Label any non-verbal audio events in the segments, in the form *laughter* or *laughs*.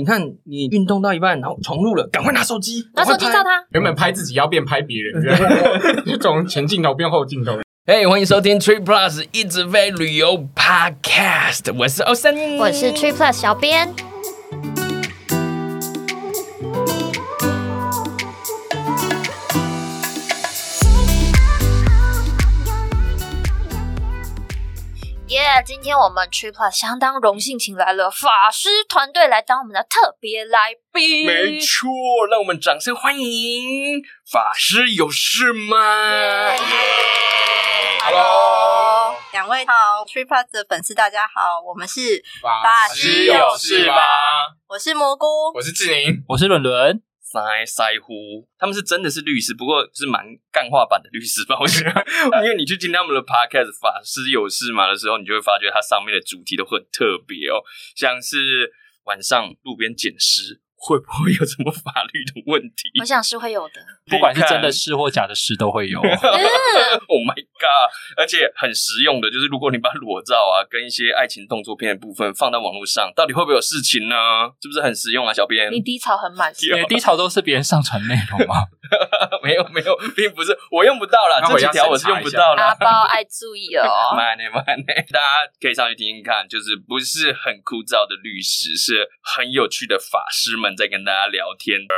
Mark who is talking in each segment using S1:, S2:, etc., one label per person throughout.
S1: 你看你运动到一半，然后重录了，赶快拿手机，
S2: 拿手机照
S1: 他。
S2: 他，
S3: 原本拍自己要变拍别人， *laughs* 对从前镜头变后镜
S4: *laughs*
S3: 头。
S5: 嘿欢迎收听 Tree Plus 一直飞旅游 Podcast，我是欧森，
S2: 我是 Tree Plus 小编。耶今天我们 Tree Plus 相当荣幸请来了法师团队来当我们的特别来宾。
S5: 没错，让我们掌声欢迎法师有事吗？
S4: Hello，两位好，TripPlus 的粉丝大家好，我们是，
S3: 法
S4: 师有事
S3: 吧？
S4: 我是蘑菇，
S3: 我是志宁，
S6: 我是伦伦，
S1: 塞塞呼，他们是真的是律师，不过是蛮干话版的律师吧？我 *laughs* 觉得，因为你去听他们的 podcast《法师有事吗》的时候，你就会发觉它上面的主题都很特别哦，像是晚上路边捡尸会不会有什么法律的问题
S2: 我想是会有的。
S6: *laughs* 不管是真的
S1: 是。
S6: 事或假的事都会有。
S1: Oh my god！而且很实用的，就是如果你把裸照啊跟一些爱情动作片的部分放到网络上，到底会不会有事情呢？是不是很实用啊，小编？
S2: 你低潮很满， *laughs*
S1: 有
S6: 你的低潮都是别人上传内容吗？
S1: *laughs* 没有没有，并不是我用不到啦，
S3: 那
S1: 这
S3: 我
S1: 几
S3: 要
S1: 条我是
S3: 审查
S1: 用
S3: 一
S1: 不
S3: 下啊
S1: 到
S2: 阿
S1: 啦。
S2: 包爱注意哦。
S1: *laughs* 慢呢慢呢，大家可以上去听听看，就是不是很枯燥的律师，是很有趣的法师们在跟大家聊天的。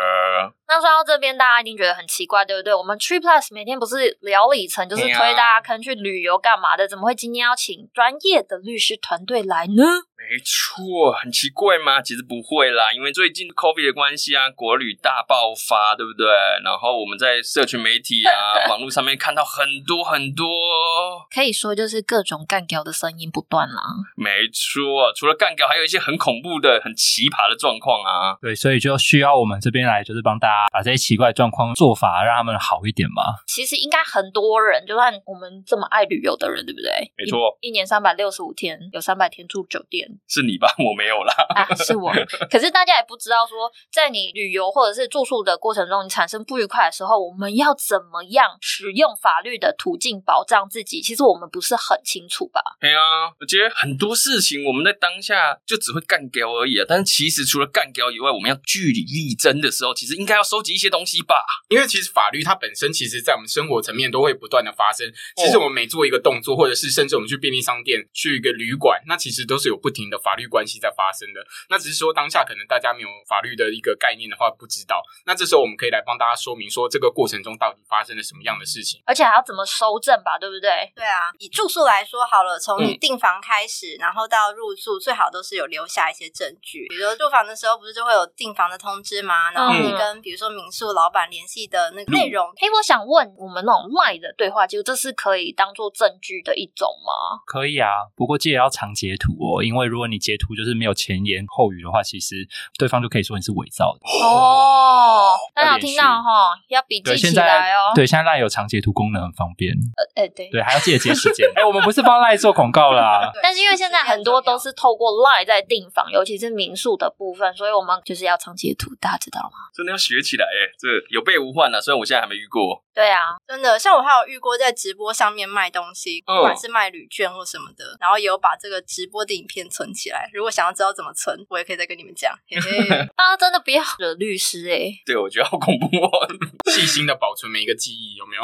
S2: 那说到这边，大家一定觉得很奇怪，对不对？我们 Tree Plus 每天不是聊里程，就是
S1: 对
S2: 推
S1: 啊
S2: 大家可能去旅游干嘛的，怎么会今天要请专业的律师团队来呢？
S1: 没错，很奇怪吗？其实不会啦，因为最近 COVID 的关系啊，国旅大爆发，对不对？然后我们在社群媒体
S3: *laughs*
S1: 啊、网络上面看到很多很多，
S2: 可以说就是各种干掉的声音不断啦。
S1: 没错，除了干掉，还有一些很恐怖的、很奇葩的状况啊。
S6: *laughs* 对，所以就需要我们这边来，就是帮大家把这些奇怪的状况做法，让他们好一点嘛。
S2: 其实应该很多人，就算我们这么爱旅游的人，对不对？
S1: 没错
S2: 一，一年三百六十五天，有三百天住酒店
S1: 是你吧？ *laughs* 我没有啦。
S2: 啊，是我。可是大家也不知道说，在你旅游或者是住宿的过程中，你产生不愉快的时候，我们要怎么样使用法律的途径保障自己？其实我们不是很清楚吧？
S1: 对啊，我觉得很多事情我们在当下就只会干掉而已啊。但是其实除了干掉以外，我们要据理力争的时候，其实应该要收集一些东西吧。
S3: 因为其实法律它本身，其实在我们生活层面都会不断的发生。其实我们每做一个动作，或者是甚至我们去便利商店、去一个旅馆，那其实都是有不停的法律关系在发生的。那只是说当下可能大家没有法律的一个概念的话，不知道。那这时候我们可以来帮大家说明说，这个过程中到底发生了什么样的事情。
S2: 而且还要怎么收证吧，对不对？
S4: 对啊，以住宿来说好了，从你
S1: 嗯
S4: 订房开始，然后到入住，最好都是有留下一些证据，比如说入房的时候不是就会有订房的通知吗？然后你
S2: 嗯
S4: 跟比如说民宿老板联系的那个内容，
S2: 诶，我想问，我们那种赖的对话记录，这是可以当做证据的一种吗？
S6: 可以啊，不过记得要常截图哦，因为如果你截图就是没有前言后语的话，其实对方就可以说你是伪造的。
S2: 哦，大家
S6: 要
S2: 有
S6: 连
S2: 听
S6: 续
S2: 到哈，要笔记
S6: 对，现
S2: 起
S6: 在
S2: 来哦。
S6: 对现在 LINE 有长截图功能，很方便。
S2: 哎，对。
S6: 对，还要记得截时间。哎，我们不是帮 LINE 做广告啦。
S2: 但是因为现在很多都
S4: 是
S2: 是透过 Line 在订房，尤其是民宿的部分，所以我们就是要长截图，大家知道吗？
S1: 真的要学起来哎、这有备无患啊。虽然我现在还没遇过，
S2: 对啊，
S4: 真的，像我还有遇过在直播上面卖东西，不
S1: 嗯
S4: 管是卖旅券或什么的，然后也有把这个直播的影片存起来。如果想要知道怎么存，我也可以再跟你们讲。嘿嘿
S2: 大家啊真的不要惹律师哎、
S1: 对我觉得好恐怖哦。
S3: 细心的保存每一个记忆，有
S4: *laughs*
S3: 没有？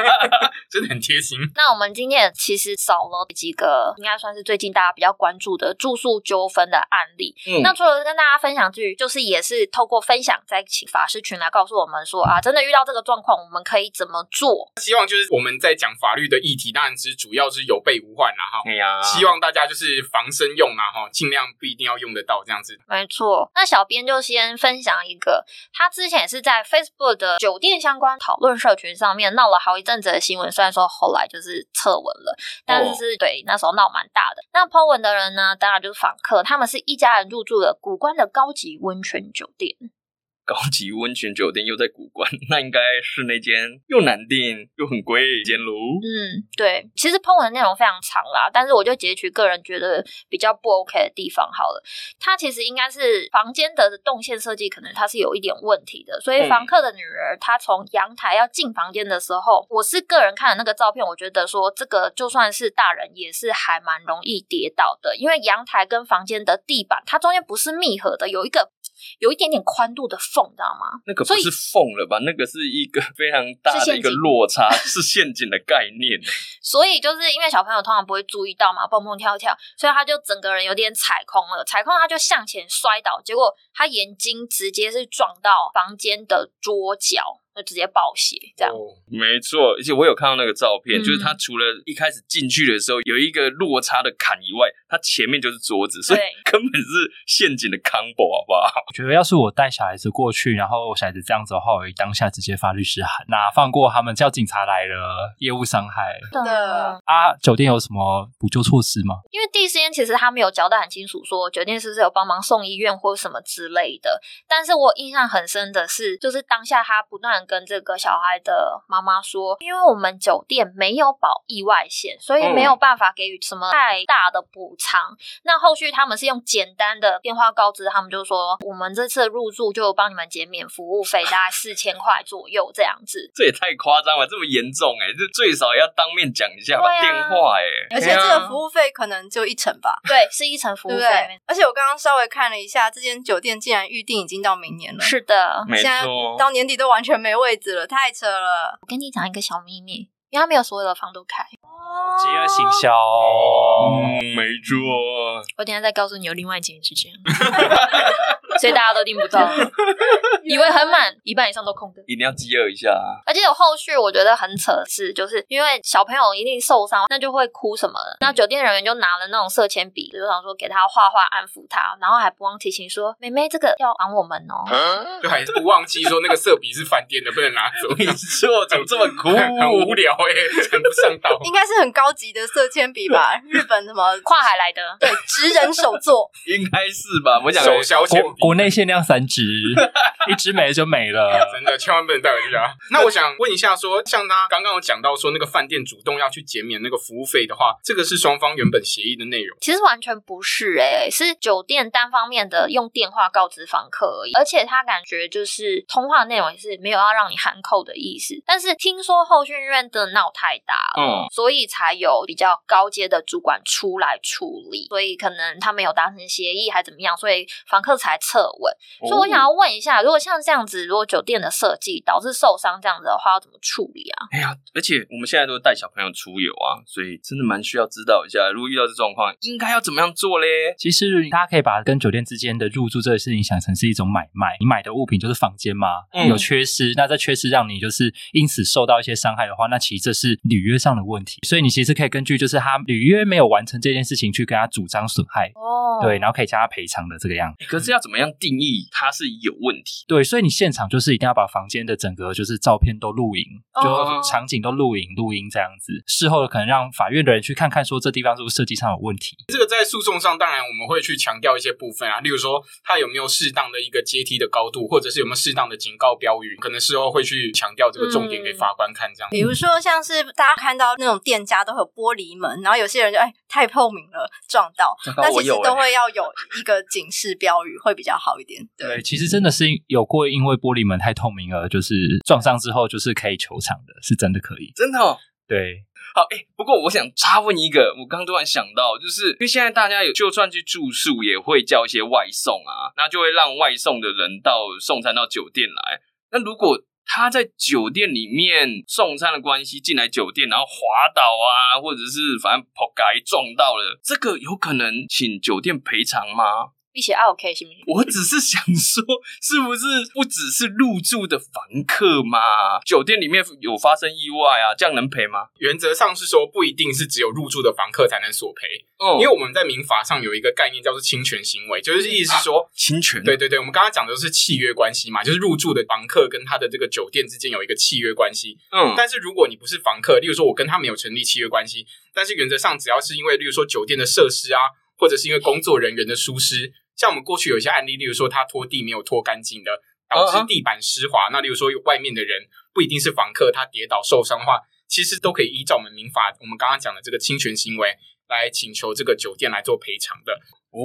S3: *laughs* 真的很贴心。
S2: 那我们今天其实少了几个，应该算是最近大家比较关注的住宿纠纷的案例。
S1: *laughs* 嗯
S2: 那除了跟大家分享之余，就是也是透过分享，再请法师群来告诉我们说啊，真的遇到这个状况，我们可以怎么做？
S3: 希望就是我们在讲法律的议题，当然是主要是有备无患啦哈。
S1: 哎
S2: 啊
S1: 呀，
S3: 希望大家就是防身用啦哈，尽量不一定要用得到这样子。
S2: 没错，那小编就先分享一个，他之前也是在 Facebook 的酒店相关讨论社群上面闹了好一阵子的新闻，虽然说后来就是撤文了，但是是、对那时候闹蛮大的。那 po 文的人呢，当然就是访客，他们是一家人入住了古关的高级温泉酒店。
S1: 高级温泉酒店又在古关，那应该是那间又难订又很贵的一间喽。
S2: 嗯，对，其实 PO 文的内容非常长啦，但是我就截取个人觉得比较不 OK 的地方好了。它其实应该是房间的动线设计，可能它是有一点问题的。所以
S1: 嗯
S2: 房客的女儿，她从阳台要进房间的时候，我是个人看了那个照片，我觉得说这个就算是大人也是还蛮容易跌倒的，因为阳台跟房间的地板，它中间不是密合的，有一个有一点点宽度的缝，你知道吗？
S1: 那个不
S2: 所以
S1: 是缝了吧？那个是一个非常大
S2: 是陷
S1: 的
S2: 阱
S1: 一个落差，是陷阱的概念。
S2: 所以就是因为小朋友通常不会注意到嘛，蹦蹦跳跳，所以他就整个人有点踩空了，踩空他就向前摔倒，结果他眼睛直接是撞到房间的桌角，就直接爆血这样。
S3: 哦
S1: 没错，而且我有看到那个照片，
S2: 嗯
S1: 就是他除了一开始进去的时候有一个落差的坎以外，他 *laughs* 前面就是桌子，所以
S2: 对
S1: 根本是陷阱的 combo，好不好？
S6: 我觉得要是我带小孩子过去，然后小孩子这样子的话，我会当下直接发律师函，那放过他们，叫警察来了，业务伤害
S4: 的
S6: 啊！酒店有什么补救措施吗？
S2: 因为第一时间其实他没有交代很清楚，说酒店是不是有帮忙送医院或什么之类的。但是我印象很深的是，就是当下他不断地跟这个小孩的妈妈说，因为我们酒店没有保意外险，所以没有办法给予什么太大的补偿。那后续他们是用简单的电话告知他们，就说我们这次的入住就帮你们减免服务费，大概四千块左右这样子。
S1: 这也太夸张了，这么严重哎、这最少也要当面讲一下吧，
S2: 对
S1: 电
S2: 啊
S1: 话哎、
S4: 而且这
S1: 对
S4: 个
S1: 啊
S4: 服务费可能就一成吧，
S2: 对，是一层服务
S4: 对不
S2: 费
S4: 对。？而且我刚刚稍微看了一下，这间酒店竟然预定已经到明年了，
S2: 是的，
S1: 啊没
S4: 现在
S1: 错，
S4: 到年底都完全没位置了，太扯了。
S2: 我跟你讲一个小秘密，因为他没有所有的房都开。
S6: 饥饿啊行
S1: *laughs*
S6: 销，嗯
S1: 哦，没错，
S2: 我等一下再告诉你，有另外一件是这样，所以大家都订不到，以为很满，一半以上都空的。
S1: 一定要饥饿一下啊。
S2: 而且有后续，我觉得很扯的是，就是因为小朋友一定受伤，那就会哭什么的。那酒店人员就拿了那种色铅笔，就想说给他画画安抚他，然后还不忘提醒说：“妹妹，这个要还我们哦。
S3: 就还不忘记说那个色笔是饭店的，不能拿走，
S1: 没错，怎么这么酷？
S3: *laughs* 很无聊哎、讲不上 *laughs* 道。
S4: 应该是很高级的色铅笔吧？日本什么”
S2: 跨海来的，
S4: 对职人手作，
S1: 应该是
S4: *laughs*
S1: 吧？我想
S3: 手削铅
S6: 国
S3: 笔，
S6: 国内限量三
S1: *laughs*
S6: 只，一只没了就没了。
S3: *laughs* 真的千万不能带回去 *laughs* 啊！那我想问一下说像他刚刚有讲到说那个饭店主动要去减免那个服务费的话，这个是双方原本协议的内容。
S2: 其实完全不是诶、是酒店单方面的用电话告知房客而已，而且他感觉就是通话内容也是没有要让你喊扣的意思。但是听说后续因为真的闹太大
S1: 嗯，
S2: 了。所以才有比较高阶的主管出来处理，所以可能他们有达成协议还怎么样，所以房客才撤稳。所以我
S6: 哦
S1: 哦
S2: 想要问一下，如果像这样子，如果酒店的设计导致受伤这样子的话，要怎么处理啊？
S1: 哎呀，而且我们现在都带小朋友出游啊，所以真的蛮需要知道一下，如果遇到这状况，应该要怎么样做嘞？
S6: 其
S2: 嗯
S6: 实大家可以把跟酒店之间的入住这个事情想成是一种买卖，你买的物品就是房间嘛，
S1: 嗯
S6: 有缺失，那这缺失让你就是因此受到一些伤害的话，那其实这是履约上的问题，所以你其实可以根据就是他履约没有完成这件事情去跟他主张损害，
S2: 哦
S6: 对，然后可以加他赔偿的这个样子。
S1: 可是要怎么样定义它是有问题？
S6: 对，所以你现场就是一定要把房间的整个就是照片都录影，
S2: 哦
S6: 就场景都录影录音这样子，事后可能让法院的人去看看说这地方是不是设计上有问题。
S3: 这个在诉讼上，当然我们会去强调一些部分啊，例如说它有没有适当的一个阶梯的高度，或者是有没有适当的警告标语，可能事后会去强调这个重点给法官看这样。
S4: 比如说像是大家看到那种店家都会有玻璃门，然后有些人就哎太透明了撞到，
S1: 糟糕
S4: 那
S1: 我
S4: 其实
S1: 有
S4: 都
S1: 欸
S4: 会要有一个警示标语会比较好一点。对，
S6: 对，其实真的是有过因为玻璃门太透明而就是撞上之后就是可以求偿的，是真的可以。
S1: 真的哦，
S6: 对，
S1: 好哎、不过我想插问一个，我刚突然想到，就是因为现在大家有就算去住宿，也会叫一些外送啊，那就会让外送的人到送餐到酒店来。那如果他在酒店里面送餐的关系进来酒店，然后滑倒啊，或者是反正跑街撞到了，这个有可能请酒店赔偿吗？ *laughs*
S2: 一起 OK 行不行？
S1: 我只是想说，是不是不只是入住的房客嘛？酒店里面有发生意外啊，这样能赔吗？
S3: 原则上是说不一定是只有入住的房客才能索赔，
S1: 哦
S3: 因为我们在民法上有一个概念叫做侵权行为，就是意思是说。
S1: 侵权
S3: 对对对，我们刚刚讲的是契约关系嘛，就是入住的房客跟他的这个酒店之间有一个契约关系。
S1: 嗯
S3: 但是如果你不是房客，例如说我跟他没有成立契约关系，但是原则上只要是因为，例如说酒店的设施啊，或者是因为工作人员的疏失，像我们过去有一些案例，例如说他拖地没有拖干净的，导
S1: 啊
S3: 致地板湿滑。那例如说外面的人不一定是房客，他跌倒受伤的话，其实都可以依照我们民法我们刚刚讲的这个侵权行为来请求这个酒店来做赔偿的。啊
S1: 哦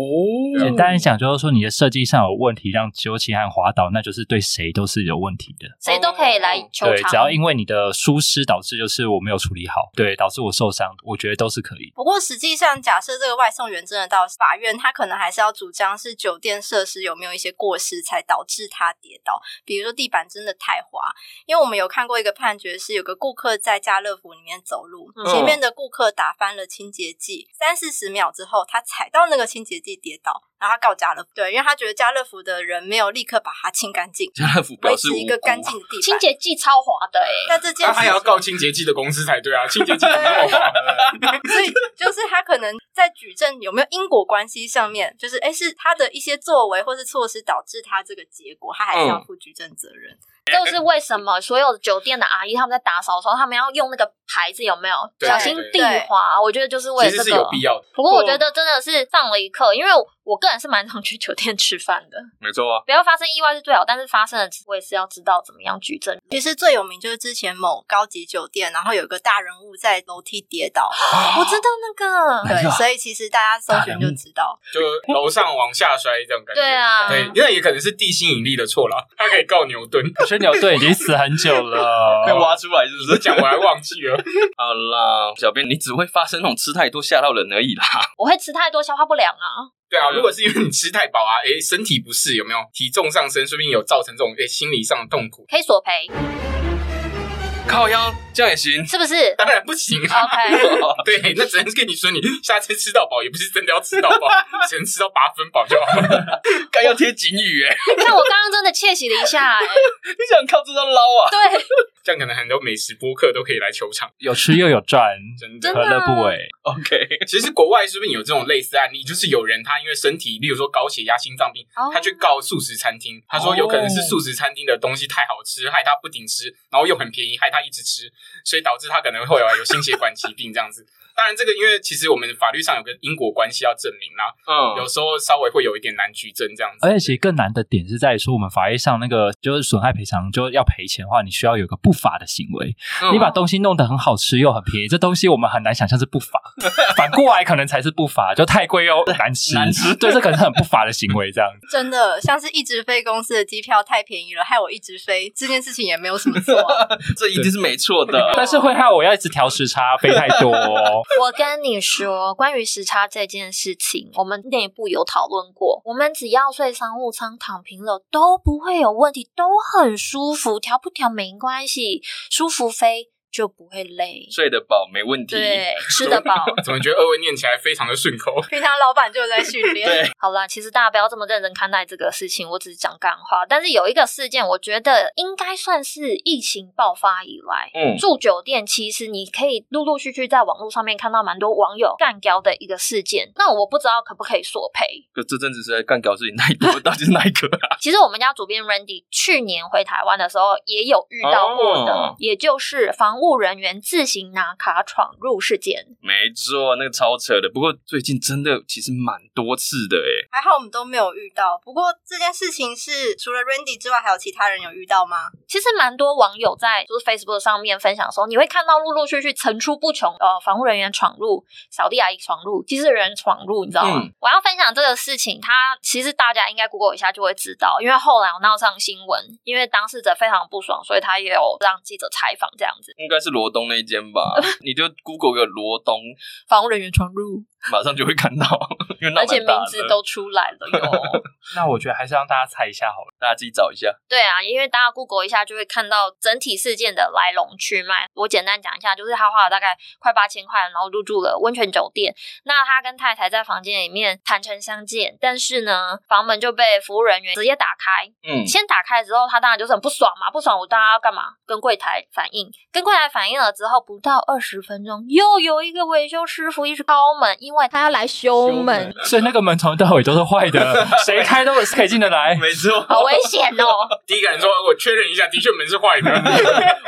S2: 嗯
S6: 简单讲就是说，你的设计上有问题，让纠情和滑倒，那就是对谁都是有问题的。
S2: 谁都可以来求
S6: 哦对，
S2: 偿。
S6: 只要因为你的疏失导致就是我没有处理好，对，导致我受伤，我觉得都是可以。
S4: 不过实际上，假设这个外送员真的到法院，他可能还是要主张是酒店设施有没有一些过失才导致他跌倒，比如说地板真的太滑。因为我们有看过一个判决是，有个顾客在家乐福里面走路，
S2: 嗯
S4: 前面的顾客打翻了清洁剂，三四十秒之后，他踩到那个清洁剂跌倒，然后他告家乐福，对，因为他觉得家乐福的人没有立刻把它清干净，
S1: 家乐福表
S4: 维
S1: 示
S4: 持
S1: 无
S4: 一个
S1: 辜啊
S4: 干净的地板。
S2: 清洁剂超滑的哎、
S4: 那这件
S3: 那啊
S4: 事
S3: 他也
S4: 情
S3: 要告清洁剂的公司才对啊，清洁剂怎么那么滑？
S4: *laughs* 所以就是他可能在举证有没有因果关系上面，就是哎、诶是他的一些作为或是措施导致他这个结果，他还是要负举证责任。
S6: 嗯
S2: 这就是为什么所有酒店的阿姨他们在打扫的时候，他们要用那个牌子有没有
S3: 对
S2: 小心地滑？ *laughs* 我觉得就是为
S3: 其
S2: 了这
S3: 实是有
S2: 个。
S3: 必要的。
S2: 不过我觉得真的是上了一课，因为我个人是蛮常去酒店吃饭的，
S1: 没错啊，
S2: 不要发生意外是最好，但是发生了我也是要知道怎么样举证。
S4: 其实最有名就是之前某高级酒店，然后有一个大人物在楼梯跌倒，
S6: *laughs*
S2: 我知道那
S3: 哦
S2: 个，
S4: 对，所以其实大家搜
S6: 哎大人
S4: 寻
S6: 物
S4: 就知道。
S3: 就楼上往下摔这种感觉。
S2: 对啊
S3: 对，那也可能是地心引力的错啦，他可以告牛顿。
S6: 可是牛顿已经死很久 *laughs*
S1: 被
S6: 了，
S1: 挖出来是不
S3: 我
S1: 是？
S3: 讲我还忘记了，
S1: *laughs* 好啦，小编，你只会发生那种吃太多吓到人而已啦。 *laughs*
S2: 我会吃太多消化不良啊，
S3: 对啊，如果是因为你吃太饱啊，诶，身体不适有没有？体重上升，说不定有造成这种诶心理上的痛苦。
S2: 可以索赔，
S1: 靠腰，这样也行。
S2: 是不是
S3: 当然不行啊，
S2: ？OK，
S3: *laughs* 对，那只能跟你说，你下次吃到饱也不是真的要吃到饱， *laughs* 只能吃到八分饱就好了。
S1: *laughs*
S3: *laughs*
S1: 干要贴警语哎、
S2: 但我刚刚真的窃喜了一
S1: *laughs*
S2: 下、哎，
S1: 你想靠这招捞啊？ *laughs*
S2: 对，
S3: 这样可能很多美食播客都可以来球场，
S6: 有吃又有赚，
S3: 真的
S2: 真。
S6: 何
S2: 的啊
S6: 乐不为？
S1: OK，
S3: 其实国外是不是有这种类似案例？就是有人他因为身体，例如说高血压、心脏病，
S2: 哦
S3: 他去告素食餐厅，他说有可能
S1: 哦
S3: 是素食餐厅的东西太好吃，害他不停吃，然后又很便宜，害他一直吃，所以导致他可能会有有心血管疾病这样子。当然，这个因为其实我们法律上有个因果关系要证明啦，有
S1: 嗯，
S3: 时候稍微会有一点难举证这样子。
S6: 而且其实更难的点是在于说，我们法律上那个就是损害赔偿，就要赔钱的话，你需要有个不法的行为。你把东西弄得很好吃又很便宜，这东西我们很难想象是不 *laughs* 法，反过来可能才是不法，就太贵又难吃，
S1: 难吃
S6: 对，这可能是很不法的行为 *laughs* 这样子。
S4: 真的，像是一直飞公司的机票太便宜了，害我一直飞，这件事情也没有什么错
S6: *laughs*
S4: 啊、
S1: 这一定是没错的。
S6: 但是会害我要一直调时差，飞太多、哦。
S2: *laughs* 我跟你说，关于时差这件事情，我们内部有讨论过。我们只要睡商务舱，躺平了都不会有问题，都很舒服，调不调没关系，舒服飞就不会累。
S1: 睡得饱没问题。
S2: 对，吃得饱。
S3: *laughs* 怎么觉得二位念起来非常的顺口？
S4: 平常老板就有在训练。
S1: 对
S2: 好啦，其实大家不要这么认真看待这个事情，我只是讲干话。但是有一个事件，我觉得应该算是疫情爆发以来，
S1: 嗯
S2: 住酒店其实你可以陆陆续续在网络上面看到蛮多网友干掉的一个事件。那我不知道可不可以索赔，
S1: 可这阵子是在干搞事情太多，到底是哪一个啊？ *laughs*
S2: 其实我们家主编 Randy 去年回台湾的时候也有遇到过的，
S1: 哦
S2: 也就是防务人员自行拿卡闯入事件。
S1: 没错，那个超扯的。不过最近真的其实蛮多次的欸诶、
S4: 还好我们都没有遇到。不过这件事情是除了 Randy 之外，还有其他人有遇到吗？
S2: 其实蛮多网友在就是 Facebook 上面分享的时候，你会看到陆陆续续层出不穷，呃，防务人员闯入、扫地阿姨闯入、机器人闯入，你知道吗？
S1: 嗯
S2: 我要分享这个事情，它其实大家应该 Google 一下就会知道，因为后来有闹上新闻，因为当事者非常不爽，所以他也有让记者采访这样子，
S1: 应该是罗东那一间吧？你就 Google 个罗东，
S2: 防务人员闯入，
S1: 马上就会看到，因为那
S2: 而且
S1: 蛮大
S2: 名
S1: 的
S2: 字都出来了哟。
S6: 那我觉得还是让大家猜一下好了。
S1: 大家自己找一下。
S2: 对啊，因为大家 Google 一下就会看到整体事件的来龙去脉。我简单讲一下，就是他花了大概快八千块，然后入住了温泉酒店。那他跟太太在房间里面坦诚相见，但是呢，房门就被服务人员直接打开。
S1: 嗯，
S2: 先打开之后，他当然就是很不爽嘛，不爽我当然要干嘛？跟柜台反映，跟柜台反映了之后，不到二十分钟，又有一个维修师傅一直敲门，因因为他要来修门，
S6: 所以那个门从头到尾都是坏 *laughs* 的，谁开都是可以进得来。
S1: 没错，
S2: 好危险哦！
S3: 第一个人说：“我确认一下，的确门是坏的，
S1: *laughs*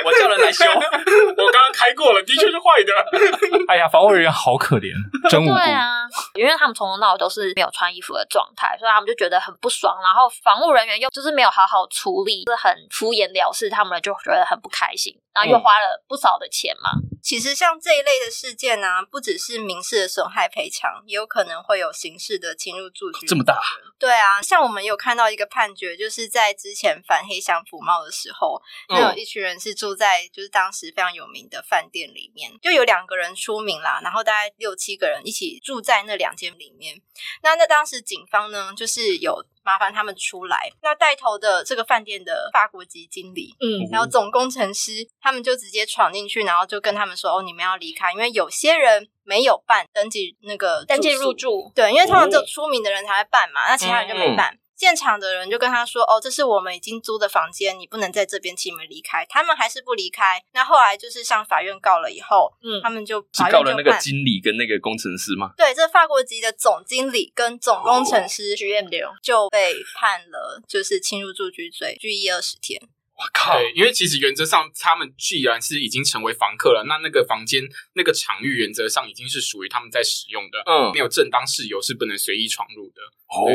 S1: 我叫人来修。
S3: 我刚刚开过了，的确是坏的。
S6: 哎呀，防务人员好可怜，真无辜。
S2: 对啊，因为他们从头到尾都是没有穿衣服的状态，所以他们就觉得很不爽。然后防务人员又就是没有好好处理，就是很敷衍了事，他们就觉得很不开心。然
S1: 嗯
S2: 后又花了不少的钱嘛，
S4: 其实像这一类的事件呢、不只是民事的损害赔偿，也有可能会有刑事的侵入住居。
S1: 这么大？
S4: 对啊，像我们有看到一个判决，就是在之前反黑箱服贸的时候，那
S2: 嗯
S4: 有一群人是住在就是当时非常有名的饭店里面，就有两个人出名啦，然后大概六七个人一起住在那两间里面。那那当时警方呢，就是有麻烦他们出来，那带头的这个饭店的法国籍经理，
S2: 嗯，
S4: 然后总工程师他们就直接闯进去，然后就跟他们说：“哦，你们要离开，因为有些人没有办登记那个
S2: 登记
S4: 宿
S2: 入住，
S4: 对，因为通常只有出名的人才会办嘛，那其他人就没办。现场的人就跟他说：“哦，这是我们已经租的房间，你不能在这边，请你们离开。”他们还是不离开。那后来就是上法院告了以后，
S2: 嗯
S4: 他们就是法院
S1: 告
S4: 就
S1: 了那个
S4: 判
S1: 经理跟那个工程师吗？
S4: 对这法国籍的总经理跟总工程师
S2: GM 流
S4: 就被判了，就是侵入住居罪，拘役二十天。
S1: 我靠！
S3: 对，因为其实原则上，他们既然是已经成为房客了，那那个房间、那个场域原则上已经是属于他们在使用的，呃
S1: 嗯，
S3: 没有正当事由是不能随意闯入的。
S1: 哦，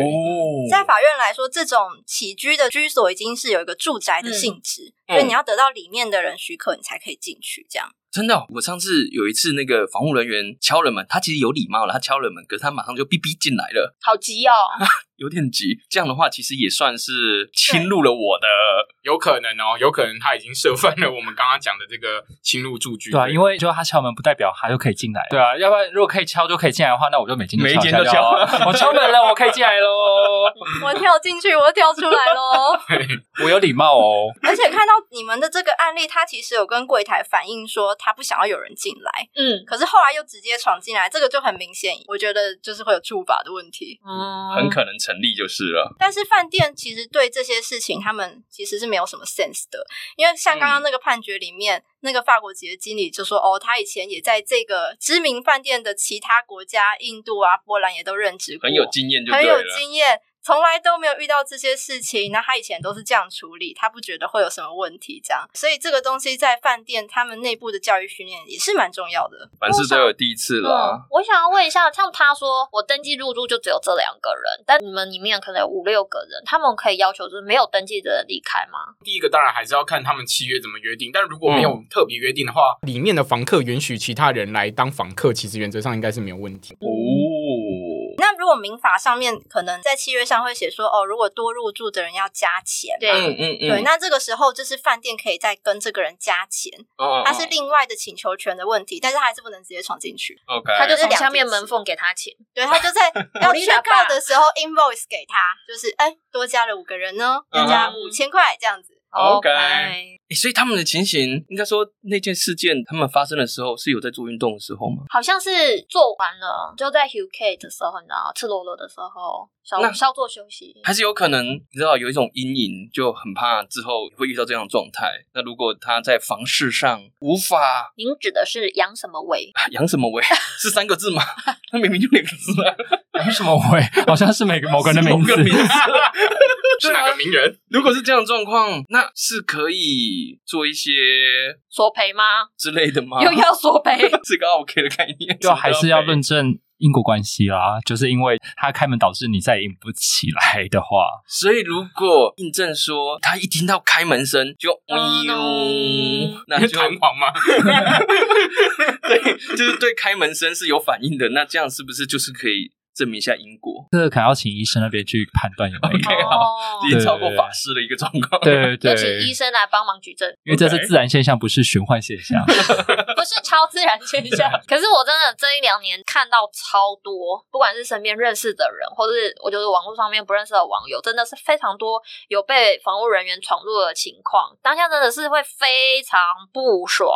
S4: 在法院来说，这种起居的居所已经是有一个住宅的性质，所以你要得到里面的人许可，你才可以进去。这样，
S1: 真的哦、我上次有一次那个防护人员敲了门，他其实有礼貌了，他敲了门，可是他马上就哔哔进来了，
S2: 好急
S1: *laughs*
S2: 哦！
S1: 有点急。这样的话，其实也算是侵入了我的。
S3: 有可能哦，有可能他已经涉犯了我们刚刚讲的这个侵入住居罪。
S6: 对啊，因为就他敲门不代表他就可以进来。对啊，要不然如果可以敲就可以进来的话，那我就每间
S1: 每一间
S6: 都
S1: 都
S6: 敲一下就好了。 *laughs* 我敲门了，我可以进来喽。
S4: 我跳进去，我跳出来喽。
S6: *laughs* 我有礼貌哦。
S4: 而且看到你们的这个案例，他其实有跟柜台反映说他不想要有人进来，
S2: 嗯
S4: 可是后来又直接闯进来，这个就很明显，我觉得就是会有处罚的问题。
S2: 嗯，
S1: 很可能成立就是了，
S4: 但是饭店其实对这些事情，他们其实是没有什么 sense 的，因为像
S1: 嗯
S4: 刚刚那个判决里面，那个法国籍的经理就说，哦，他以前也在这个知名饭店的其他国家，印度啊、波兰也都任职过，
S1: 很有经验就
S4: 很
S1: 对
S4: 有
S1: 了。
S4: 经验，从来都没有遇到这些事情。那他以前都是这样处理，他不觉得会有什么问题，这样。所以这个东西在饭店他们内部的教育训练也是蛮重要的。
S1: 凡事都有第一次
S2: 嗯
S1: 啦，，
S2: 我想要问一下，像他说我登记入住就只有这两个人，但你们里面可能有五六个人，他们可以要求就是没有登记的人离开吗？
S3: 第一个当然还是要看他们契约怎么约定，但如果没
S6: 嗯
S3: 有特别约定的话，里面的房客允许其他人来当房客，其实原则上应该是没有问题。
S2: 嗯
S1: 哦，
S4: 那如果民法上面可能在契约上会写说，哦，如果多入住的人要加钱嘛，
S1: 嗯嗯嗯，
S4: 对，那这个时候就是饭店可以再跟这个人加钱，
S1: 哦，
S4: 它是另外的请求权的问题，但是他还是不能直接闯进去。
S1: 哦 OK，
S2: 他就从
S4: 两件
S2: 下面
S4: 事
S2: 门缝给他钱，
S1: *laughs*
S4: 对他就在要
S2: 努力打
S4: 宣
S2: 吧
S4: 告的时候，invoice 给他，就是哎、多加了五个人呢，要加
S2: 嗯
S4: 五千块这样子。
S1: OK 诶所以他们的情形，应该说那件事件他们发生的时候是有在做运动的时候吗？
S2: 好像是做完了，就在 Hugh K 的时候，你知道，赤裸裸的时候，稍
S1: 那
S2: 稍作休息。
S6: 哎
S1: 还是有可能，你知道有一种阴影，就很怕之后会遇到这样的状态。那如果他在房事上无法
S2: 您指的是养什么为？
S1: 啊养什么
S6: *laughs*
S1: 为，是三个字吗？ *laughs* 那明明就两个字啊，
S6: 为什么我会好像是每个某个人的名
S1: 某
S6: 字
S1: 个？名字。
S6: 啊
S3: 是哪个名人？
S1: 如果是这样的状况，那是可以做一些
S2: 索赔吗？
S1: 之类的
S6: 啊
S1: 吗？
S2: 又要索赔？
S1: *laughs* 是个 OK 的概念，
S6: 就还是要论
S1: 论
S6: 证因果关系啦，就是因为他开门导致你再也赢不起来的话，
S1: 所以如果印证说他一听到开门声就哎
S2: Oh
S1: 呦
S2: no，
S1: 那就
S3: 弹簧吗？ *laughs*
S1: 对， *laughs* 就是对开门声是有反应的。那这样是不是就是可以证明一下因果？
S6: 这个可能要请医生那边去判断 *laughs* 有没有。
S1: OK，好
S2: 哦
S1: 已经超过法师的一个状况。
S6: 对对
S2: 有请医
S6: 对，
S2: 生来帮忙举证，
S6: 因为这是自然现象，不是循环现象。
S2: 不是超自然现象。可是我真的这一两年看到超多，不管是身边认识的人，或是我就是网络上面不认识的网友，真的是非常多有被防务人员闯入的情况，当下真的是会非常不爽。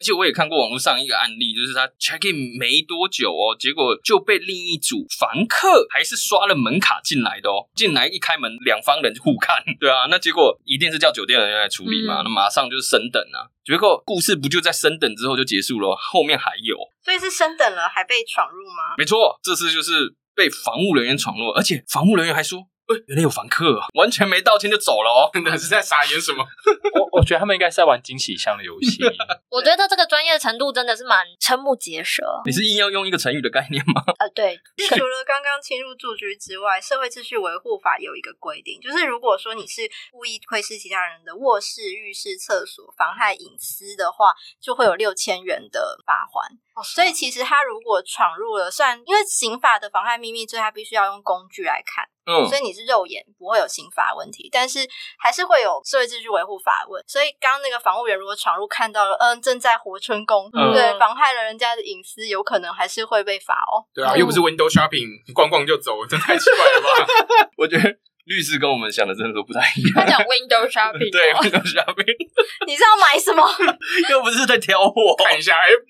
S1: 而且我也看过网络上一个案例，就是他 check in 没多久哦，结果就被另一组法房客还是刷了门卡进来的哦，进来一开门，两方人互看， *laughs* 对啊，那结果一定是叫酒店人员来处理嘛，
S2: 嗯
S1: 那马上就是升等啊。结果故事不就在升等之后就结束了哦，后面还有，
S4: 所以是升等了还被闯入吗？
S1: 没错，这次就是被防务人员闯入，而且防务人员还说。欸、原来有房客、啊，完全没道歉就走了哦。 *laughs*
S3: 真的是在傻眼什么？
S6: *laughs* 我我觉得他们应该是在玩惊喜箱的游戏。
S2: 我觉得这个专业程度真的是蛮瞠目结舌。
S1: 你是硬要用一个成语的概念吗？
S2: 呃，对，
S4: 是除了刚刚侵入住居之外，《社会秩序维护法》有一个规定，就是如果说你是故意窥视其他人的卧室、浴室、厕所，妨害隐私的话，就会有六千元的罚款。
S2: 哦
S4: 所以其实他如果闯入了，虽然因为刑法的妨害秘密罪，他必须要用工具来看，
S1: 嗯
S4: 所，以你是肉眼不会有刑法问题，但是还是会有社会秩序维护法问。所以刚刚那个防务员如果闯入看到了，嗯，正在活春宫，
S1: 嗯
S4: 对，妨害了人家的隐私，有可能还是会被罚哦。 *laughs*
S3: 对啊，又
S6: 嗯
S3: 不是 window shopping，你逛逛就走，真太奇怪了吧？
S1: 我觉得律师跟我们想的真的都不太一
S2: 他
S1: 样。
S2: 讲 window
S1: *laughs*
S2: shopping，
S1: 对，
S2: 哦
S1: 那个下面
S4: 你是要买什么？
S5: *laughs*
S4: *laughs*
S1: 又不是在挑货，
S3: 看一下，哎， *laughs*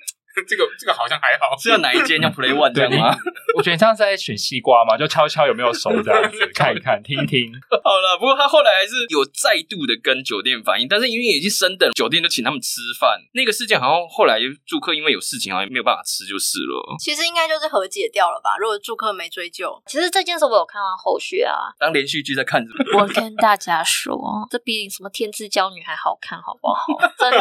S3: 这个这个好像还好。
S1: *laughs* 是要哪一间要 Play One 这样吗？ *laughs*
S6: *laughs* 我觉得你这样是在选西瓜嘛，就敲一敲有没有熟这 *laughs* 样子，看一看，听一听。
S1: 好了，不过他后来还是有再度的跟酒店反映，但是因为已经升等，酒店就请他们吃饭。那个事件好像后来住客因为有事情，好像没有办法吃就是了。
S4: 其实应该就是和解掉了吧？如果住客没追究，
S2: 其实这件事我有看到后续
S1: *laughs*
S2: 啊，
S1: 当连续剧在看着，
S2: 我跟大家说，这比什么天之娇女还好看，好 *laughs* 不好？真的，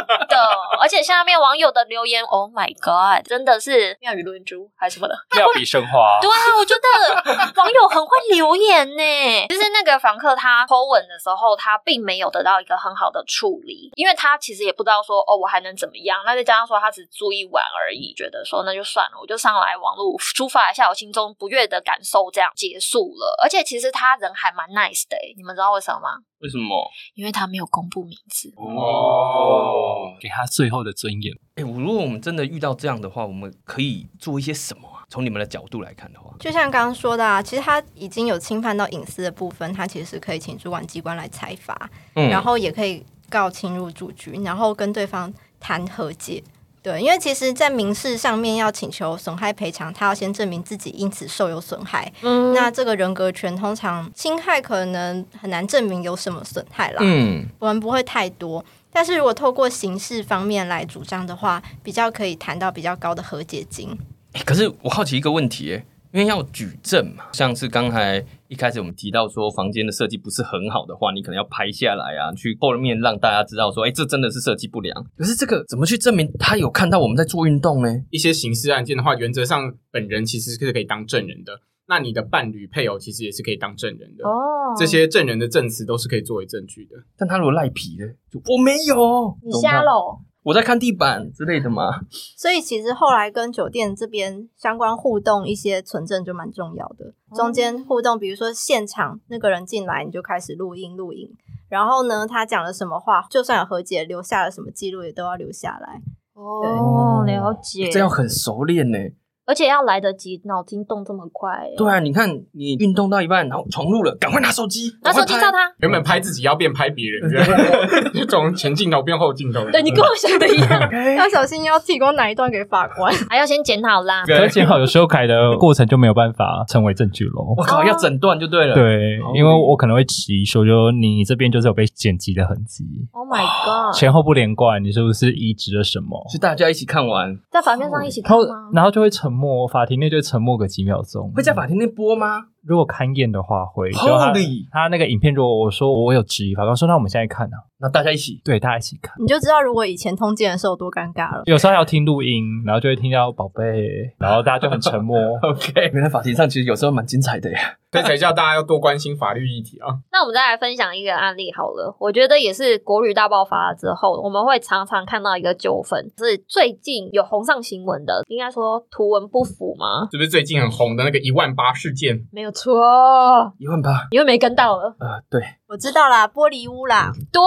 S2: 而且下面网友的留言，Oh my God，真的是妙语论珠还是什么的。
S6: 妙笔生 *laughs* 花
S2: *laughs* 对，啊，我觉得网友很会留言 *laughs* 呢。就是那个房客他 po 文的时候，他并没有得到一个很好的处理，因为他其实也不知道说哦，我还能怎么样？那再加上说他只住一晚而已，觉得说那就算了，我就上来网络抒发一下我心中不悦的感受，这样结束了。而且其实他人还蛮 nice 的耶，你们知道为什么吗？
S1: 为什么？
S2: 因为他没有公布名字。
S3: 哦，
S6: 给他最后的尊严。
S5: 哎、我如果我们真的遇到这样的话，我们可以做一些什么啊？从你们的角度来看的话，
S4: 就像刚刚说的啊，其实他已经有侵犯到隐私的部分，他其实是可以请主管机关来裁罚，
S5: 嗯
S4: 然后也可以告侵入住居，然后跟对方谈和解。对，因为其实，在民事上面要请求损害赔偿，他要先证明自己因此受有损害。
S2: 嗯
S4: 那这个人格权通常侵害可能很难证明有什么损害啦。
S5: 嗯，
S4: 我们不会太多。但是如果透过刑事方面来主张的话，比较可以谈到比较高的和解金。
S5: 欸可是我好奇一个问题、欸，因为要举证嘛，像是刚才一开始我们提到说房间的设计不是很好的话，你可能要拍下来啊，去后面让大家知道说，哎、这真的是设计不良。可是这个怎么去证明他有看到我们在做运动呢？
S3: 一些刑事案件的话，原则上本人其实是可以当证人的，那你的伴侣、配偶其实也是可以当证人的。
S2: 哦
S3: 这些证人的证词都是可以作为证据的。
S5: 但他如果赖皮呢？就我没有，
S2: 你瞎
S5: 了，
S2: 喽。
S5: 我在看地板之类的嘛。
S4: 所以其实后来跟酒店这边相关互动，一些存证就蛮重要的。中间互动，比如说现场那个人进来，你就开始录音录影。然后呢，他讲了什么话，就算有和解，留下了什么记录也都要留下来。
S2: 哦，了解。
S5: 这要很熟练呢、
S2: 而且要来得及，脑筋动这么快耶。
S5: 对啊，你看你运动到一半，然后闯入了，赶快拿手机，
S2: 拿手机
S5: 赶快
S2: 照
S5: 拍。
S2: 他。
S3: 原本拍自己要变拍别
S2: *laughs*
S3: 人，这样就从前镜头变后镜头。
S2: 对你跟我想的一样，
S4: 要小心，要提供哪一段给法官？
S2: 还要先检讨啦。
S6: 可是剪好有时候改的过程就没有办法成为证据
S1: *laughs*
S6: 喽。
S5: 我
S2: 哦
S5: 靠，要诊断就对了。，
S6: 对
S5: 哦，
S6: 因为我可能会质疑说，就你这边就是有被剪辑的痕迹，
S2: Oh my god！
S6: 前后不连贯，你是不啊是哦移植了什么？
S5: 是大家一起看完，
S2: 在法面上一起
S6: 然
S2: 看
S6: 后
S2: 吗？
S6: 然后就会沉默，法庭内就会沉默个几秒钟。
S5: 会在法庭内播吗？
S6: 如果勘验的话会，就
S5: Holy
S6: 他他那个影片，如果我说我有质疑，法官说那我们现在看啊，
S5: 那大家一起。
S6: 对，大家一起看。
S4: *laughs* 你就知道，如果以前通奸的时候多尴尬了。
S6: 有时候还要听录音，然后就会听到宝贝，然后大家就很
S2: *laughs*
S6: 沉默。
S5: OK，原来法庭上其实有时候蛮精彩的耶。
S3: 所以才叫大家要多关心法律议题啊！
S2: 那我们再来分享一个案例好了，我觉得也是国旅大爆发之后，我们会常常看到一个纠纷，是最近有红上新闻的，应该说图文不符吗？
S3: 是不是最近很红的那个一万八事件？
S2: 没有错，
S5: 一万八，
S2: 因为没跟到了。
S5: 呃，对，
S4: 我知道啦，玻璃屋啦，
S2: 对，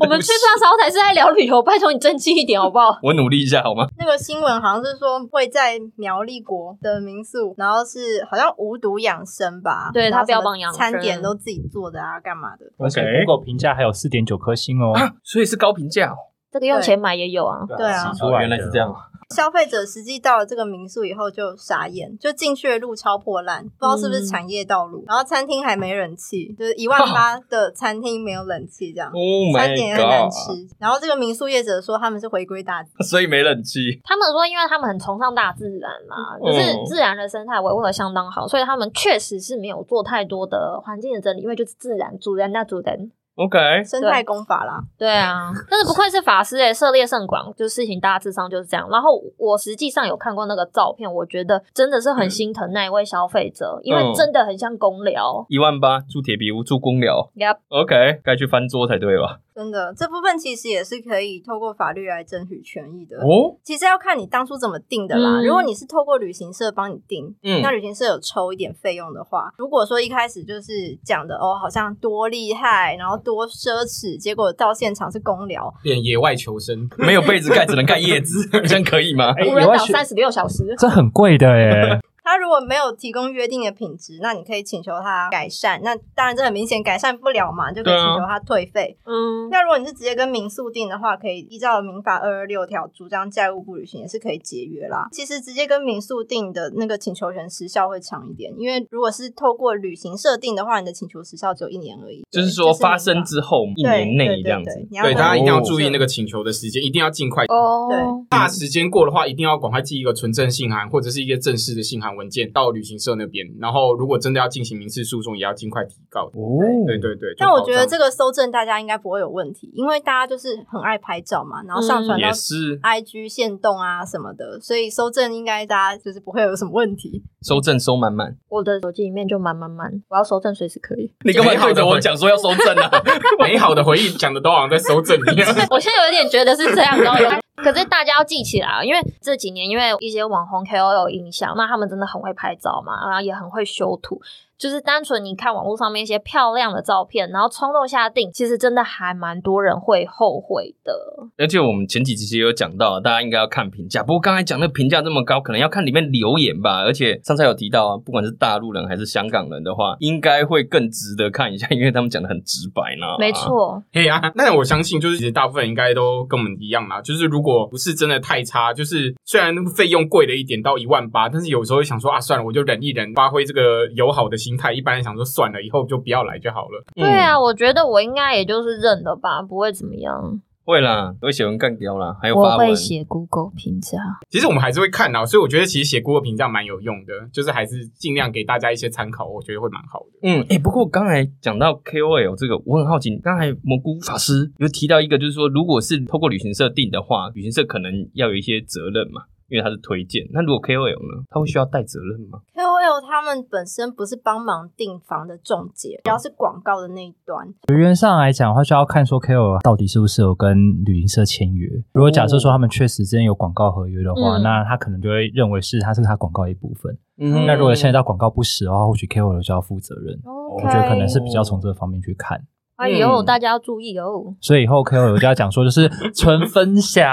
S2: 我们去上烧台是在聊旅游，拜托你正气一点好不好？
S5: 我努力一下好吗？
S4: 那个新闻好像是说会在苗栗国的民宿，然后是好像无毒养生吧，
S2: 对
S4: 然后
S2: 他标
S4: 什么
S2: 榜养生
S4: 餐点都自己做的啊，干嘛的？
S6: 而且 Google 评价还有四点九颗星哦，
S5: 啊，所以是高评价哦。
S2: 这个用钱买也有啊，
S4: 对啊
S6: 洗出来的
S5: 哦原来是这样。啊
S4: 消费者实际到了这个民宿以后就傻眼，就进去的路超破烂，不知
S5: 嗯
S4: 道是不是产业道路，然后餐厅还没人气，就是一万八的餐厅没有冷气这样。
S5: Oh
S4: 餐点也很难
S5: my
S4: 吃，然后这个民宿业者说他们是回归大自
S5: god！所以没冷气，
S2: 他们说，因为他们很崇尚大自然啦，
S5: 嗯
S2: 就是自然的生态维护的相当好，所以他们确实是没有做太多的环境的整理，因为就是自然主人那啊主人。
S5: OK，
S4: 然生态工法啦。
S2: 对啊，但是不愧是法师诶、涉猎甚广，就事情大致上就是这样。然后我实际上有看过那个照片，我觉得真的是很心疼那一位消费者，因为真的很像公聊。
S5: 一万八住铁皮屋住公寮
S2: Yep，
S5: ，OK，该去翻桌才对吧？
S4: 真的，这部分其实也是可以透过法律来争取权益的。
S5: 哦，
S4: 其实要看你当初怎么定的啦。
S2: 嗯
S4: 如果你是透过旅行社帮你定，
S5: 嗯
S4: 那旅行社有抽一点费用的话，如果说一开始就是讲的哦，好像多厉害，然后多奢侈，结果到现场是公聊，
S3: 变野外求生，
S5: 没有被子盖，只能盖叶子， *laughs* 这样可以吗？
S6: 哎
S2: 无
S6: 野
S2: 人
S6: 外
S2: 岛
S6: 学
S2: 三十六小时。
S6: 这很贵的耶，
S4: 他如果没有提供约定的品质，那你可以请求他改善。那当然这很明显改善不了嘛，就可以
S5: 对啊
S4: 请求他退费。
S2: *laughs* 嗯，
S4: 那如果你是直接跟民宿订的话，可以依照民法二二六条主张债务不履行，也是可以解约啦。其实直接跟民宿订的那个请求权时效会长一点，因为如果是透过旅行社订的话，你的请求时效只有一年而已。
S5: 就是
S4: 对
S5: 说发生
S4: 民法
S5: 之后一年内这样
S4: 对对对
S5: 子
S4: 对，你要
S3: 对
S4: 跟
S3: 大家一定要
S4: 民宿
S3: 注意那个请求的时间，一定要尽快。
S2: 哦，
S4: 对
S3: 大时间过的话，一定要赶快寄一个纯正信函或者是一个正式的信函文件到旅行社那边。然后，如果真的要进行民事诉讼，也要尽快提告。
S5: 哦，
S6: 嗯
S3: 对对对，
S4: 但我觉得
S3: 就
S4: 这个搜证大家应该不会有问题，因为大家就是很爱拍照嘛，然后上传
S2: 嗯
S4: 到
S5: 也是
S4: IG 限动啊什么的，所以搜证应该大家就是不会有什么问题。
S5: 收证收满
S4: *laughs*
S5: 满。
S2: 我的手机里面就满满满，我要收证随时可以。
S5: 你干嘛对着我讲说要收证啊？
S3: 保障美好的回忆讲的都好像在搜证一样。
S4: *laughs*
S2: *laughs* 我现在有点觉得是这样的。可是大家要记起来啊，因为这几年因为一些网红 KOL 影响，那他们真的很会拍照嘛，然后也很会修图。就是单纯你看网络上面一些漂亮的照片，然后冲动下定，其实真的还蛮多人会后悔的。
S5: 而且我们前几期也有讲到，大家应该要看评价。不过刚才讲那评价这么高，可能要看里面留言吧。而且上次有提到啊，不管是大陆人还是香港人的话，应该会更值得看一下，因为他们讲的很直白呢。
S1: 啊
S2: 没，错，
S3: 对呀、啊，那我相信就是其实大部分应该都跟我们一样啦，就是如果不是真的太差，就是虽然费用贵了一点到一万八，但是有时候会想说啊，算了，我就忍一忍，发挥这个友好的心态。一般人想说算了，以后就不要来就好了。
S5: 嗯
S2: 对啊，我觉得我应该也就是认了吧，不会怎么样。
S5: 会啦，会写文干掉啦，还有
S2: 我
S5: 发文
S2: 会。写 Google 评价，
S3: 其实我们还是会看啦，啊所以我觉得其实写 Google 评价蛮有用的，就是还是尽量给大家一些参考，我觉得会蛮好的。
S5: 嗯，哎、不过刚才讲到 KOL 这个，我很好奇，刚才蘑菇法师有提到一个，就是说，如果是透过旅行社订的话，旅行社可能要有一些责任嘛，因为他是推荐。那如果 KOL 呢，他会需要带责任吗？
S4: KOL 他们本身不是帮忙订房的中介，主要是广告的那一端。
S6: 学员上来讲的话，就要看说 KOL 到底是不是有跟旅行社签约。如果假设说他们确实之间有广告合约的话，
S2: 嗯
S6: 那他可能就会认为是他是他广告的一部分。
S5: 嗯
S6: 那如果现在到广告不实的话，或许 KOL 就要负责任。
S2: 我
S6: 我觉得可能是比较从这方面去看，
S2: 哎呦，
S5: 嗯
S2: 大家要注意哦。
S6: 所以以后 KOL 就要讲说，就是纯分享，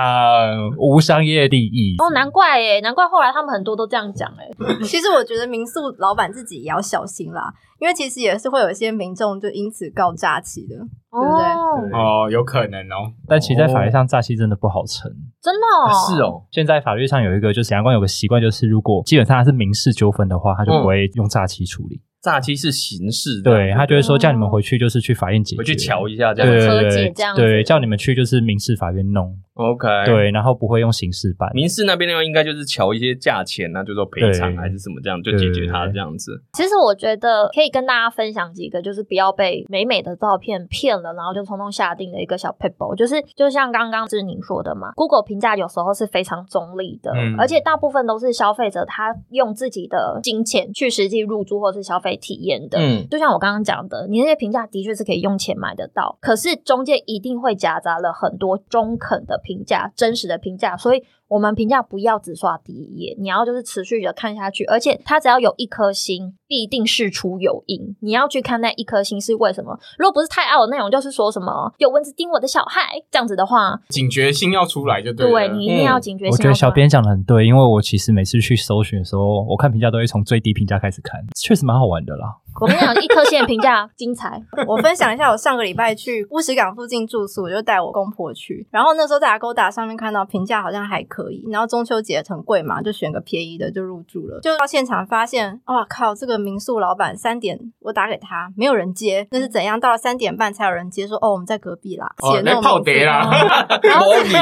S6: 无商业利益。
S2: 哦，难怪哎，难怪后来他们很多都这样讲哎。
S3: 嗯
S4: 其实我觉得民宿老板自己也要小心啦，因为其实也是会有一些民众就因此告诈欺的。对不对
S2: 哦，
S6: 对
S3: 哦，有可能哦。
S6: 但其实，在法律上，诈欺真的不好成。
S2: 真的
S6: 啊
S2: 哦，
S5: 是哦，
S6: 现在法律上有一个，就是检察官有个习惯，就是如果基本上他是民事纠纷的话，他就不会用诈欺处理，
S5: 诈欺嗯是刑事的，
S6: 对他就会说叫你们
S2: 哦
S6: 回去就是去法院解决，
S5: 回去瞧一下这
S6: 对
S5: 样
S6: 对
S5: 子。
S2: 车
S6: 对
S2: 解
S6: 对
S2: 这样子
S6: 对，叫你们去就是民事法院弄，
S5: OK，，
S6: 对，然后不会用刑事办。
S5: 民事那边的话，应该就是瞧一些价钱啊，就说赔偿
S6: 对
S5: 还是什么这样，就解决它
S6: 对
S5: 这样子。
S2: 其实我觉得可以跟大家分享几个，就是不要被美美的照片骗了，然后就冲动下定的一个小 p e b b l e 就是就像刚刚志宁说的嘛，Google 评价有时候是非常中立的，
S3: 嗯
S2: 而且大部分都是消费者他用自己的金钱去实际入住或是消费体验的。
S5: 嗯，
S2: 就像我刚刚讲的，你那些评价的确是可以用钱买得到，可是中间一定会夹杂了很多中肯的评价、真实的评价，所以我们评价不要只刷第一页，你要就是持续的看下去，而且它只要有一颗星，必定事出有因，你要去看那一颗星是为什么。如果不是太傲的内容，就是说什么有蚊子叮我的小孩这样子的话，
S3: 警觉性要出来就对啊
S2: 对
S3: 了。
S2: 你一定要警觉性、
S6: 嗯我觉得小。编讲的很对，因为我其实每次去搜寻的时候，我看评价都会从最低评价开始看，确实蛮好玩的
S2: *laughs*
S6: 啦。
S2: 我跟你讲，一颗星的评价 *laughs* 精彩，
S4: 我分享一下，我上个礼拜去乌石港附近住宿，我就带我公婆去，然后那时候在 Agoda 上面看到评价好像还可以。然后中秋节很贵嘛，就选个便宜的就入住了。就到现场发现，哇靠，这个民宿老板三点我打给他，没有人接，那是怎样？到了三点半才有人接，说哦我们在隔壁啦，
S3: 哦
S4: 写那
S3: 在
S4: 种
S3: 泡啊
S4: 名字啊
S3: 茶啦 *laughs*
S4: 然后
S5: 莫名
S4: *laughs*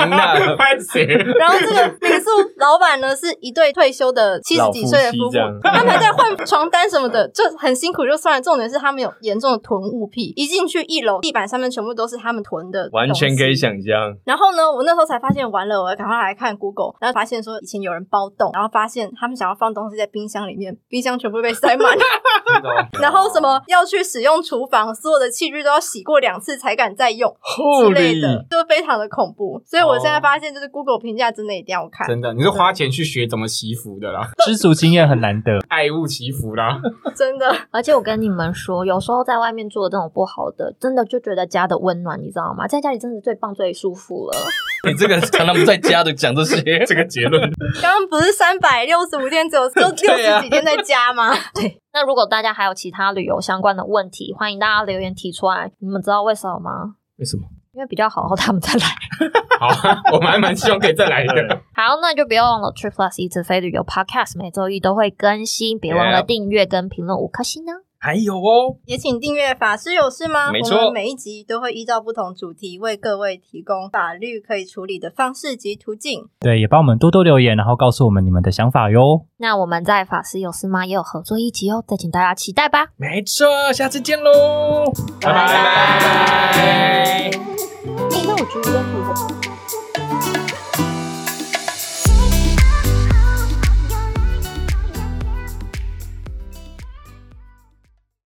S5: 啊，
S3: 拍谁？
S4: 然后
S5: *laughs*
S4: 这个民宿老板呢，是一对退休的七十几岁的夫
S5: 老夫妻
S4: 妇
S5: 这样，
S4: 他们还在换床单什么的，就很辛苦就算了。重点是他们有严重的囤物癖，一进去一楼地板上面全部都是他们囤的，
S5: 完全可以。想象。
S4: 然后呢，我那时候才发现完了，我要赶快来看 Google，然后发现说以前有人包栋，然后发现他们想要放东西在冰箱里面，冰箱全部被塞满，
S5: 哦
S4: *laughs* 然后什么要去使用厨房，所有的器具都要洗过两次才敢再用之类的，就非常的恐怖。所以我
S5: 哦
S4: 现在发现，就是 Google 评价真的一定要看，
S3: 真的，你是花钱去学怎么祈福的啦，
S6: 知足经验很难得。
S3: *laughs* 爱物祈福啦。
S4: 真的。
S2: 而且我跟你们说，有时候在外面做这种不好的，真的就觉得家的温暖，你知道吗？在家里真的最棒、最舒服了。
S5: 你这个常常不在家的讲这些， *laughs*
S3: 这个结论，
S4: 刚刚不是三百六十五天，只有就六
S5: 对啊
S4: 十几天在家吗？对，
S2: 那如果大家还有其他旅游相关的问题，欢迎大家留言提出来。你们知道为什么吗？
S5: 为什么？
S2: 因为比较好，他们再来。
S3: 好，我们还蛮希望可以再来一个。
S2: *laughs* 好，那就别忘了 Trip Plus 一直飞旅游 Podcast 每周一都会更新，别忘了
S5: Yep
S2: 订阅跟评论五颗星呢、
S5: 还有哦，
S4: 也请订阅《法师有事吗》。
S5: 没错
S4: 我们每一集都会依照不同主题，为各位提供法律可以处理的方式及途径。
S6: 对，也帮我们多多留言，然后告诉我们你们的想法哟。
S2: 那我们在法师有事吗也有合作一集哦，再请大家期待吧。
S5: 没错，下次见喽，
S3: 拜拜。